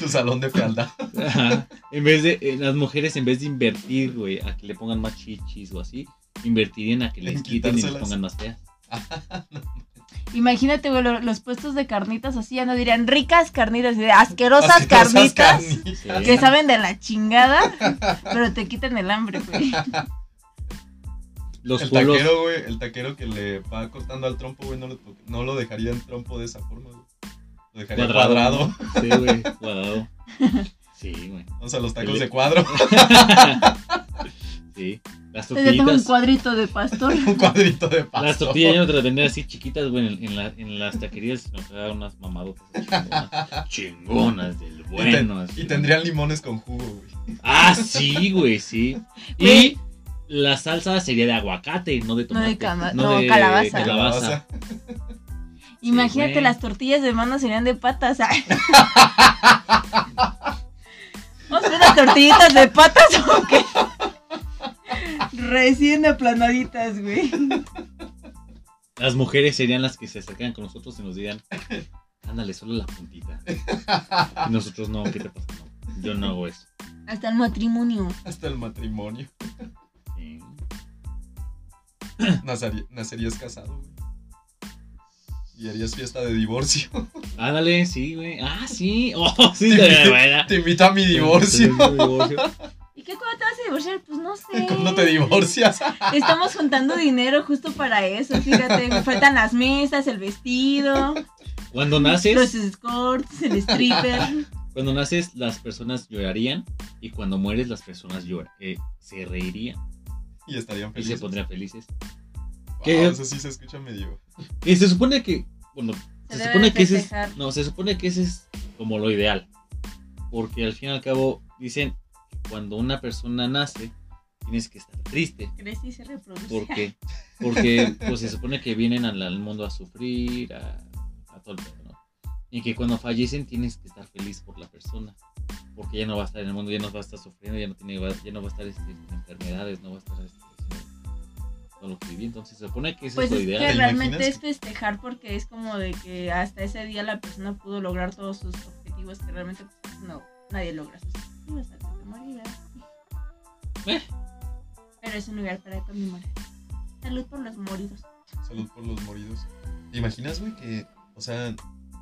Speaker 2: Tu salón de fealdad.
Speaker 1: Ajá. En vez de, eh, las mujeres en vez de invertir, güey, a que le pongan más chichis o así, invertirían a que
Speaker 2: En
Speaker 1: les quiten y les
Speaker 2: quitárselas.
Speaker 1: pongan más feas.
Speaker 3: Imagínate, güey, lo- los puestos de carnitas así ya no dirían ricas carnitas, dirían asquerosas,
Speaker 2: Así, todas esas
Speaker 3: carnitas
Speaker 2: carnitas.
Speaker 1: Sí.
Speaker 3: que saben de la chingada, pero te quitan el hambre, güey.
Speaker 1: Los
Speaker 2: El
Speaker 1: pueblos.
Speaker 2: taquero, güey, el taquero que le va cortando al trompo, güey, no lo, to- no lo dejaría en trompo de esa forma, güey. Lo dejaría cuadrado.
Speaker 1: Cuadrado. Sí, güey, cuadrado. Sí, güey.
Speaker 2: Vamos a los tacos
Speaker 1: El-
Speaker 2: de cuadro.
Speaker 1: Sí. Las
Speaker 3: Entonces ya tengo un
Speaker 1: tortillitas.
Speaker 3: cuadrito de pastor.
Speaker 2: Un cuadrito de pasto.
Speaker 1: Las tortillas ya no te las vendían así chiquitas, güey, en, en la- en las taquerías, sino que eran unas mamadotas chingonas. Chingonas del
Speaker 2: Y, ten-
Speaker 1: bueno. así.
Speaker 2: y tendrían limones con jugo, güey.
Speaker 1: Ah, sí, güey, sí. Y
Speaker 3: Güey.
Speaker 1: la salsa sería de aguacate, no de
Speaker 3: No
Speaker 1: tomate.
Speaker 3: de cama- no, calabaza.
Speaker 1: calabaza.
Speaker 3: Imagínate,
Speaker 1: güey.
Speaker 3: las tortillas de mano serían de patas. ay. Vamos a hacer unas tortillitas de patas o qué? Recién aplanaditas, güey.
Speaker 1: Las mujeres serían las que se acercan con nosotros y nos dirían, ándale, solo la puntita. Y nosotros no, ¿qué te pasa? No, yo no hago eso.
Speaker 3: Hasta el matrimonio.
Speaker 2: Hasta el matrimonio.
Speaker 1: Sí.
Speaker 2: Nazarí- nacerías casado, güey. Y harías fiesta de divorcio.
Speaker 1: Ándale, sí, güey. Ah, sí. Oh, sí, estaría buena.
Speaker 2: Te invito a mi divorcio.
Speaker 1: Divorcio.
Speaker 3: ¿Y qué cuando te vas a divorciar? Pues no sé.
Speaker 2: ¿Cuándo te divorcias?
Speaker 3: Estamos juntando dinero justo para eso, fíjate. me Faltan las mesas, el vestido,
Speaker 1: Cuando
Speaker 3: los
Speaker 1: naces,
Speaker 3: escorts, el stripper.
Speaker 1: cuando naces las personas llorarían y cuando mueres las personas lloran, eh, se reirían
Speaker 2: Y estarían
Speaker 1: y se
Speaker 2: felices.
Speaker 1: pondrían felices.
Speaker 2: Wow,
Speaker 1: ¿Qué?
Speaker 2: Eso sí se escucha medio.
Speaker 1: Y se supone que, bueno, se,
Speaker 3: Se debe
Speaker 1: supone
Speaker 3: de
Speaker 1: que ese es,
Speaker 3: festejar.
Speaker 1: no, se supone que ese es como lo ideal. Porque al fin y al cabo dicen que cuando una persona nace tienes que estar triste.
Speaker 3: Crece y se reproduce.
Speaker 1: ¿Por qué? Porque pues, se supone que vienen al, al mundo a sufrir, a, a todo el pedo, ¿no? Y que cuando fallecen tienes que estar feliz por la persona. Porque ya no va a estar en el mundo, ya no va a estar sufriendo, ya no, tiene, ya no va a estar este, con enfermedades, no va a estar este, haciendo todo lo que viví. Entonces se supone que eso es
Speaker 3: Pues
Speaker 1: lo
Speaker 3: es que
Speaker 1: ideal.
Speaker 3: realmente
Speaker 2: imaginas?
Speaker 3: es festejar porque es como de que hasta ese día la persona pudo lograr todos sus objetivos que realmente pues, no, nadie logra sus objetivos hasta que te morirás.
Speaker 1: Eh.
Speaker 3: Pero es un lugar para conmemorar. Salud por los moridos.
Speaker 2: Salud por los moridos. ¿Te imaginas, güey, que, o sea,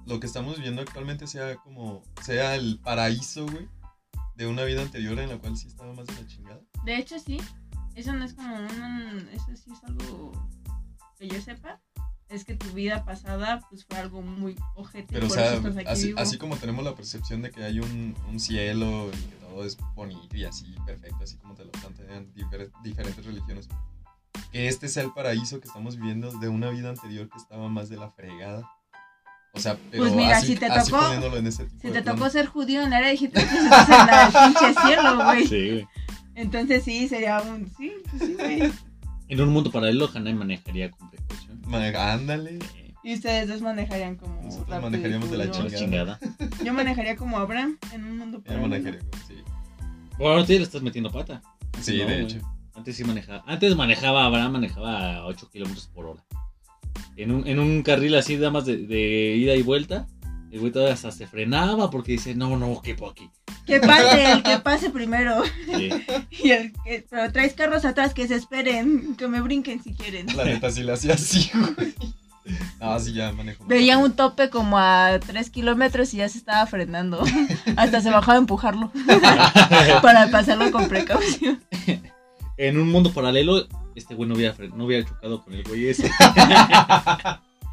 Speaker 2: lo que estamos viviendo actualmente sea como, sea el paraíso, güey, de una vida anterior en la cual sí estaba más de la chingada?
Speaker 3: De hecho, sí. Eso no es como un. Eso sí es algo que yo sepa. Es que tu vida pasada pues fue algo muy ojete.
Speaker 2: Pero, o
Speaker 3: por
Speaker 2: sea,
Speaker 3: eso estás aquí
Speaker 2: así,
Speaker 3: vivo.
Speaker 2: así como tenemos la percepción de que hay un, un cielo y que todo todo es bonito y así, perfecto, así como te lo plantean difer- diferentes religiones. Que este sea el paraíso que estamos viviendo de una vida anterior que estaba más de la fregada. O sea, pero
Speaker 3: Pues mira,
Speaker 2: así,
Speaker 3: si te
Speaker 2: así
Speaker 3: tocó-
Speaker 2: poniéndolo en ese tipo
Speaker 3: Si
Speaker 2: de
Speaker 3: te
Speaker 2: plano.
Speaker 3: tocó ser judío en la era digital, pues estás en la pinche cielo, güey.
Speaker 1: Sí, güey.
Speaker 3: Entonces sí, sería un. Sí, pues sí, güey.
Speaker 1: En un mundo paralelo, Hanai manejaría con precaución.
Speaker 2: Ma- Ándale.
Speaker 1: Eh,
Speaker 3: Y ustedes dos manejarían como.
Speaker 2: Nosotros
Speaker 3: rápido y
Speaker 2: manejaríamos de la
Speaker 1: con
Speaker 3: furioso.
Speaker 1: la chingada.
Speaker 3: Yo manejaría como Abraham en un mundo
Speaker 2: Ya
Speaker 3: paralelo.
Speaker 2: manejaré, güey, sí.
Speaker 1: Bueno, ahora tú ya le estás metiendo pata. Antes
Speaker 2: Sí,
Speaker 1: no,
Speaker 2: de
Speaker 1: güey.
Speaker 2: hecho.
Speaker 1: Antes sí manejaba. Antes manejaba, Abraham manejaba a 8 kilómetros por hora. En un, en un carril así, nada más de, de ida y vuelta. El güey todavía hasta se frenaba porque dice, no, no, qué po aquí. Eh,
Speaker 3: Que pase, el que pase primero.
Speaker 1: Sí.
Speaker 3: Y el que, pero traes carros atrás que se esperen, que me brinquen si quieren.
Speaker 2: La neta sí le hacía así, güey. No, sí, ya manejo. más
Speaker 3: Veía
Speaker 2: rápido.
Speaker 3: un tope como a 3 kilómetros y ya se estaba frenando. Hasta se bajaba a empujarlo para pasarlo con precaución.
Speaker 1: en un mundo paralelo, este güey no hubiera, fre- no hubiera chocado con el güey ese.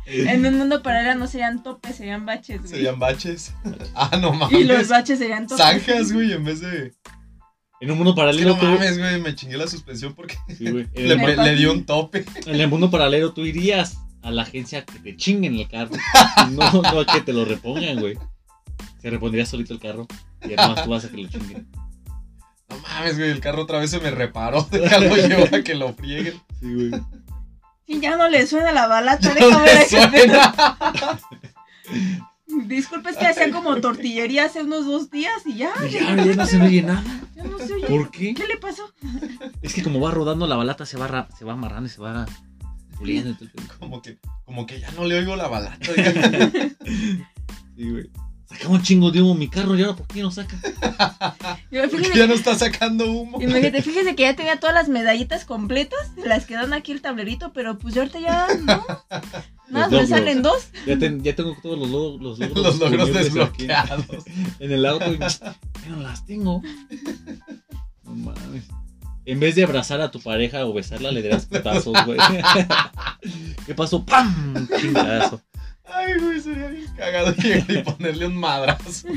Speaker 3: En un mundo paralelo no serían topes, serían baches, güey.
Speaker 2: Serían baches. Ah, no mames.
Speaker 3: Y los baches serían topes.
Speaker 2: Zanjas, güey, en vez de.
Speaker 1: En un mundo
Speaker 2: Es que
Speaker 1: paralelo,
Speaker 2: no
Speaker 1: tú-
Speaker 2: mames, güey, me chingué la suspensión porque
Speaker 1: Sí, güey. En,
Speaker 2: le,
Speaker 1: el,
Speaker 3: Me
Speaker 2: pre-
Speaker 3: pasé.
Speaker 2: le dio un tope.
Speaker 1: en el mundo paralelo, tú irías a la agencia que te chinguen el carro. No, no a que te lo repongan, güey. Se repondría solito el carro. Y además tú vas a que lo chinguen.
Speaker 2: No mames, güey, el carro otra vez se me reparó. Déjalo llevar a que lo frieguen.
Speaker 1: Sí, güey.
Speaker 3: Si ya no le suena la balata,
Speaker 2: No
Speaker 3: déjame ver
Speaker 2: me
Speaker 3: ese pedo.
Speaker 2: suena.
Speaker 3: Disculpe, es que hacían como tortillería hace unos dos días y ya,
Speaker 1: Y Pues ya, ya no se me oye nada.
Speaker 3: ya no se oye.
Speaker 1: ¿Por qué?
Speaker 3: ¿Qué le pasó?
Speaker 1: Es que como va rodando la balata, se va, ra- se va amarrando y se va puliendo. y todo el pedo.
Speaker 2: Como que, como que ya no le oigo la balata. oiga.
Speaker 1: Sí, güey. Sacaba un chingo de humo mi carro y ahora ¿por qué no saca?
Speaker 3: Yo, fíjate,
Speaker 2: Ya no está sacando humo.
Speaker 3: Imagínate, fíjese que ya tenía todas las medallitas completas, las que dan aquí el tablerito, pero pues yo ahorita ya no. Nada,
Speaker 1: Los
Speaker 3: me
Speaker 1: logros.
Speaker 3: salen dos.
Speaker 1: Ya, ten- ya tengo todos los, lo- los logros.
Speaker 2: Los logros
Speaker 1: disponibles aquí
Speaker 2: desbloqueados.
Speaker 1: En el auto. y, Pero las tengo. No mames. En vez de abrazar a tu pareja o besarla, le darás putazos, güey. ¿Qué pasó? ¡Pam! Chingazo.
Speaker 2: Ay, güey, sería bien cagado llegar y ponerle un madrazo.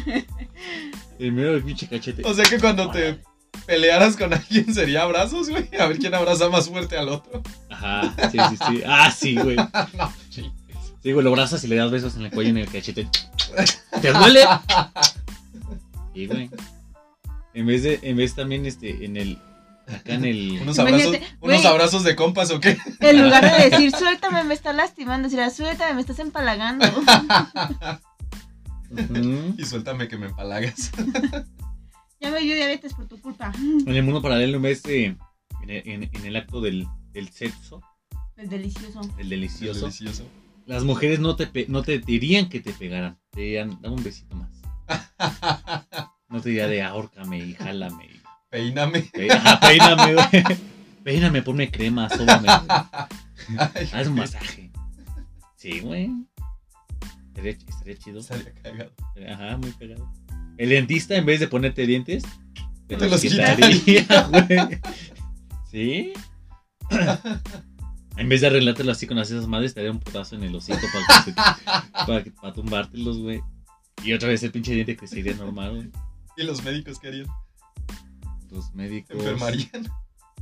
Speaker 1: Primero el pinche cachete.
Speaker 2: O sea que cuando te pelearas con alguien sería abrazos, güey. A ver quién abraza más fuerte al otro.
Speaker 1: Ajá, sí, sí, sí. Ah, sí, güey.
Speaker 2: No, chingues.
Speaker 1: Sí, güey, lo abrazas y le das besos en el cuello y en el cachete. ¿Te duele? Sí, güey. En vez de, en vez también, este, en el, acá en el,
Speaker 2: Unos
Speaker 3: Imagínate,
Speaker 2: abrazos, unos
Speaker 3: güey.
Speaker 2: abrazos de compas o qué.
Speaker 3: En lugar de decir, suéltame, me está lastimando, decir, suéltame, me estás empalagando.
Speaker 1: Ujú.
Speaker 2: Y suéltame que me empalagas.
Speaker 3: Ya me dio diabetes por tu culpa.
Speaker 1: en el mundo paralelo, en vez de, en el, en- en el acto del, del sexo,
Speaker 3: Es delicioso.
Speaker 1: el delicioso,
Speaker 2: Delicioso.
Speaker 1: las mujeres no te, pe- no te dirían que te pegaran, te dirían, dame un besito más. No te diría de ahórcame y jálame y
Speaker 2: Peíname.
Speaker 1: pe- ajá, peíname, güey. Peíname, ponme crema, sóbame, güey.
Speaker 2: Ay,
Speaker 1: haz un
Speaker 2: güey,
Speaker 1: masaje. Sí, güey. Estaría, ch- estaría chido.
Speaker 2: Estaría cagado.
Speaker 1: Ajá, muy pegado. El dentista, en vez de ponerte dientes, te, los
Speaker 2: los quita.
Speaker 1: quitaría, güey. ¿Sí? En vez de arreglártelo así con las esas madres, te daría un putazo en el hocico para, que se- para, que- para tumbártelos, güey. Y otra vez el pinche diente que sería normal, güey.
Speaker 2: ¿Y los médicos qué harían?
Speaker 1: Los médicos.
Speaker 2: ¿Te enfermarían?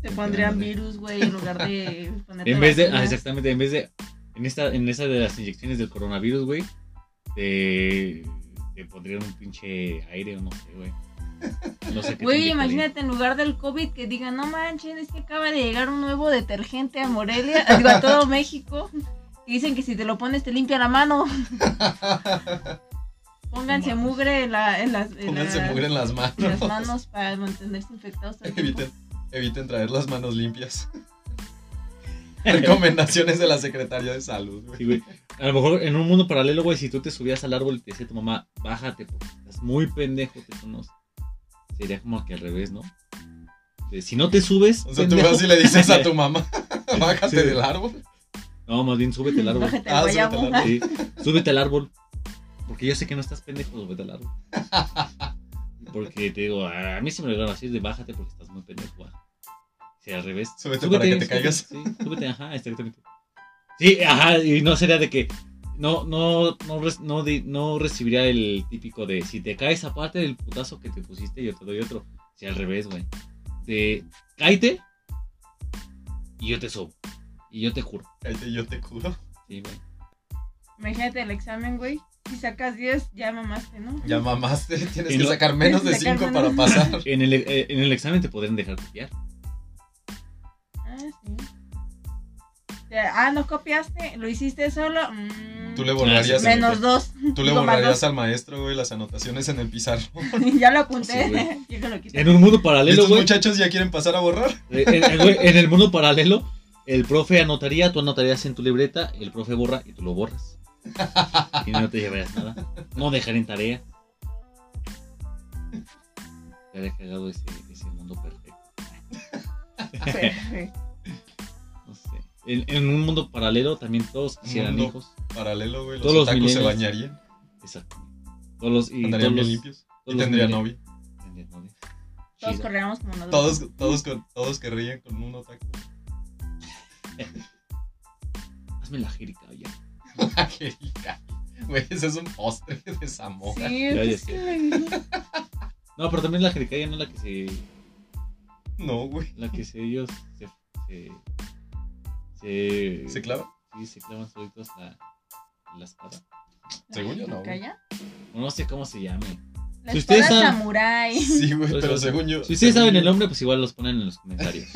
Speaker 3: Te pondrían virus, güey, en lugar de ponerte.
Speaker 1: En vez de. ah,
Speaker 3: vacunas.
Speaker 1: exactamente, en vez de. En esta, en esa de las inyecciones del coronavirus, güey. Te, te pondrían un pinche aire o no sé, güey. No sé qué. te
Speaker 3: Güey,
Speaker 1: inyectarían.
Speaker 3: imagínate en lugar del COVID que digan, no manches, es que acaba de llegar un nuevo detergente a Morelia, digo, a todo México. Y dicen que si te lo pones te limpia la mano. Pónganse
Speaker 1: No mames.
Speaker 3: mugre en, la, en las, en
Speaker 2: Pónganse
Speaker 3: la-
Speaker 2: mugre en las manos.
Speaker 3: en las manos para mantenerse infectados. todo el tiempo.
Speaker 2: Eviten, eviten traer las manos limpias. Recomendaciones de la Secretaría de Salud, güey.
Speaker 1: Sí, güey. A lo mejor en un mundo paralelo, güey, si tú te subías al árbol y te decía tu mamá, bájate, porque estás muy pendejo, te conozco. Sería como que al revés, ¿no? De, si no te subes.
Speaker 2: O sea, tú
Speaker 1: pendejo-
Speaker 2: vas y le dices a tu mamá, bájate
Speaker 1: Sí.
Speaker 2: del árbol.
Speaker 1: No, más bien súbete al árbol.
Speaker 3: Bájate el
Speaker 2: Ah, súbete
Speaker 3: guayabo.
Speaker 2: al árbol.
Speaker 1: Sí, súbete al árbol. Porque yo sé que no estás pendejo, súbete al árbol. Porque te digo, a mí se me lo dieron así de bájate porque estás muy pendejo. ah. Si al revés.
Speaker 2: Súbete para que te caigas.
Speaker 1: Sí, súbete, ajá, exactamente. Sí, ajá, y no sería de que no, no, no, re- no, di- no recibiría el típico de si te caes aparte del putazo que te pusiste, yo te doy otro. Si al revés, güey. De cáete y yo te sobo. Y yo te juro.
Speaker 2: Cállate, yo te curo.
Speaker 1: Sí, güey.
Speaker 3: Imagínate el examen, güey. Si sacas 10, ya mamaste, ¿no?
Speaker 2: Ya mamaste, tienes
Speaker 1: Y
Speaker 2: que
Speaker 1: no-
Speaker 2: sacar menos de
Speaker 3: Tienes que sacar
Speaker 2: 5 para
Speaker 3: menos.
Speaker 2: pasar.
Speaker 1: En el, eh, en el examen te podrían dejar copiar.
Speaker 3: Ah, sí. O sea, Ah, no copiaste, lo hiciste solo. Mm,
Speaker 2: Tú le borrarías,
Speaker 1: Gracias.
Speaker 3: menos dos.
Speaker 2: tú le
Speaker 3: Digo, más
Speaker 2: borrarías al maestro, güey, las anotaciones en el pizarrón.
Speaker 3: ya lo apunté.
Speaker 1: Sí, güey.
Speaker 3: Yo que lo quité.
Speaker 1: En un mundo paralelo,
Speaker 2: Estos
Speaker 1: güey.
Speaker 2: muchachos ya quieren pasar a borrar.
Speaker 1: eh, En, eh, güey, en el mundo paralelo, el profe anotaría, tú anotarías en tu libreta, el profe borra y tú lo borras. Y no te llevarías nada. No dejarían tarea. Te ha cagado ese, ese mundo perfecto.
Speaker 3: Perfecto.
Speaker 1: No sé. En, en un mundo paralelo también todos quisieran
Speaker 2: Mundo.
Speaker 1: hijos.
Speaker 2: Paralelo, güey, los
Speaker 1: Todos los
Speaker 2: otakus se
Speaker 1: millennials.
Speaker 2: bañarían,
Speaker 1: Exacto. Todos los, y
Speaker 2: andarían
Speaker 1: todos
Speaker 2: bien
Speaker 1: los-
Speaker 2: limpios
Speaker 1: todos
Speaker 2: y
Speaker 1: los
Speaker 2: tendrían
Speaker 1: millennials
Speaker 2: novia.
Speaker 1: tendrían novia.
Speaker 3: Todos
Speaker 1: Chido.
Speaker 3: corríamos como nosotros.
Speaker 2: Todos, todos, con- todos que ríen con un otaku.
Speaker 1: Hazme la jerica, oye.
Speaker 2: Angélica. Güey, ese es un postre de Zamora.
Speaker 3: Sí,
Speaker 1: Ya, ya
Speaker 3: es
Speaker 1: sé.
Speaker 3: que-
Speaker 1: No, pero también la jericaya no la que se
Speaker 2: No, güey.
Speaker 1: la que se ellos se se se,
Speaker 2: ¿Se clava?
Speaker 1: sí, se clavan solitos la, la espada.
Speaker 2: Según yo, no, güey.
Speaker 3: ¿Calla?
Speaker 1: No, no sé cómo se llame.
Speaker 3: La
Speaker 1: Si
Speaker 3: espada
Speaker 1: ustedes saben-
Speaker 3: samurái.
Speaker 2: Sí, güey,
Speaker 1: Pues,
Speaker 2: pero
Speaker 1: pues,
Speaker 2: según yo.
Speaker 1: Si ustedes
Speaker 2: según
Speaker 1: saben
Speaker 2: yo-
Speaker 1: el nombre, pues igual los ponen en los comentarios.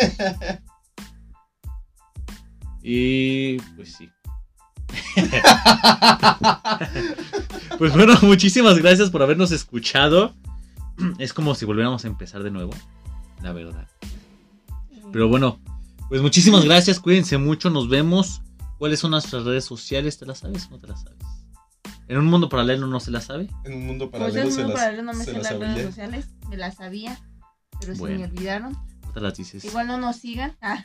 Speaker 1: y pues sí. pues bueno, muchísimas gracias por habernos escuchado. Es como si volviéramos a empezar de nuevo, la verdad. Pero bueno, pues muchísimas gracias, cuídense mucho, nos vemos. ¿Cuáles son nuestras redes sociales? ¿Te las sabes o no te las sabes? En un mundo paralelo no se las sabe.
Speaker 2: En un mundo
Speaker 3: Pues yo
Speaker 2: paralelo
Speaker 3: en
Speaker 2: se
Speaker 3: un
Speaker 2: las,
Speaker 3: paralelo no me
Speaker 2: se
Speaker 3: sé
Speaker 2: las
Speaker 3: las
Speaker 2: sabía.
Speaker 3: redes sociales. Me las sabía. Pero se me
Speaker 1: Bueno.
Speaker 3: olvidaron.
Speaker 1: No te las dices.
Speaker 3: Igual no nos sigan. Ah.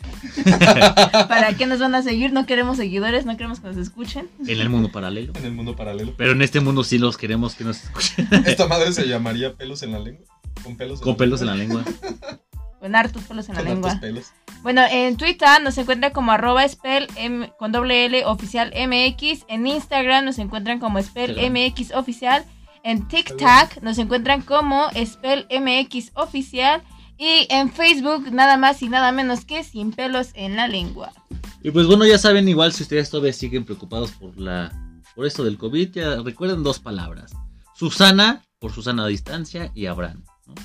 Speaker 3: ¿Para qué nos van a seguir? No queremos seguidores, no queremos que nos escuchen.
Speaker 1: En el mundo paralelo.
Speaker 2: En el mundo paralelo.
Speaker 1: Pero en este mundo sí los queremos que nos escuchen.
Speaker 2: Esta madre se llamaría pelos en la lengua. Con pelos
Speaker 1: Con pelos en la lengua.
Speaker 3: Con hartos pelos en la
Speaker 2: Con hartos
Speaker 3: lengua.
Speaker 2: pelos.
Speaker 3: Bueno, en Twitter nos encuentran como arroba spell M- con doble L oficial MX. En Instagram nos encuentran como spell
Speaker 1: Instagram.
Speaker 3: MX oficial. En TikTok nos encuentran como spell MX oficial. Y en Facebook nada más y nada menos que sin pelos en la lengua.
Speaker 1: Y pues bueno, ya saben, igual si ustedes todavía siguen preocupados por la por esto del COVID, ya recuerden dos palabras. Susana, por Susana a distancia, y Abraham. ¿no?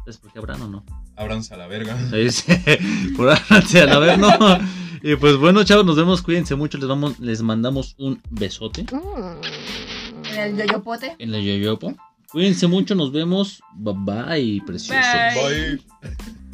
Speaker 1: ¿Sabes por qué Abraham o no?
Speaker 2: Abranza a la verga.
Speaker 1: ¿Sabes? por Abraham, a la vez, no. Y pues bueno, chavos, nos vemos, cuídense mucho, les, vamos, les mandamos un besote
Speaker 3: En el yoyopote.
Speaker 1: en la yoyopo. Cuídense mucho, nos vemos. Bye bye, precioso.
Speaker 3: Bye.
Speaker 2: Bye.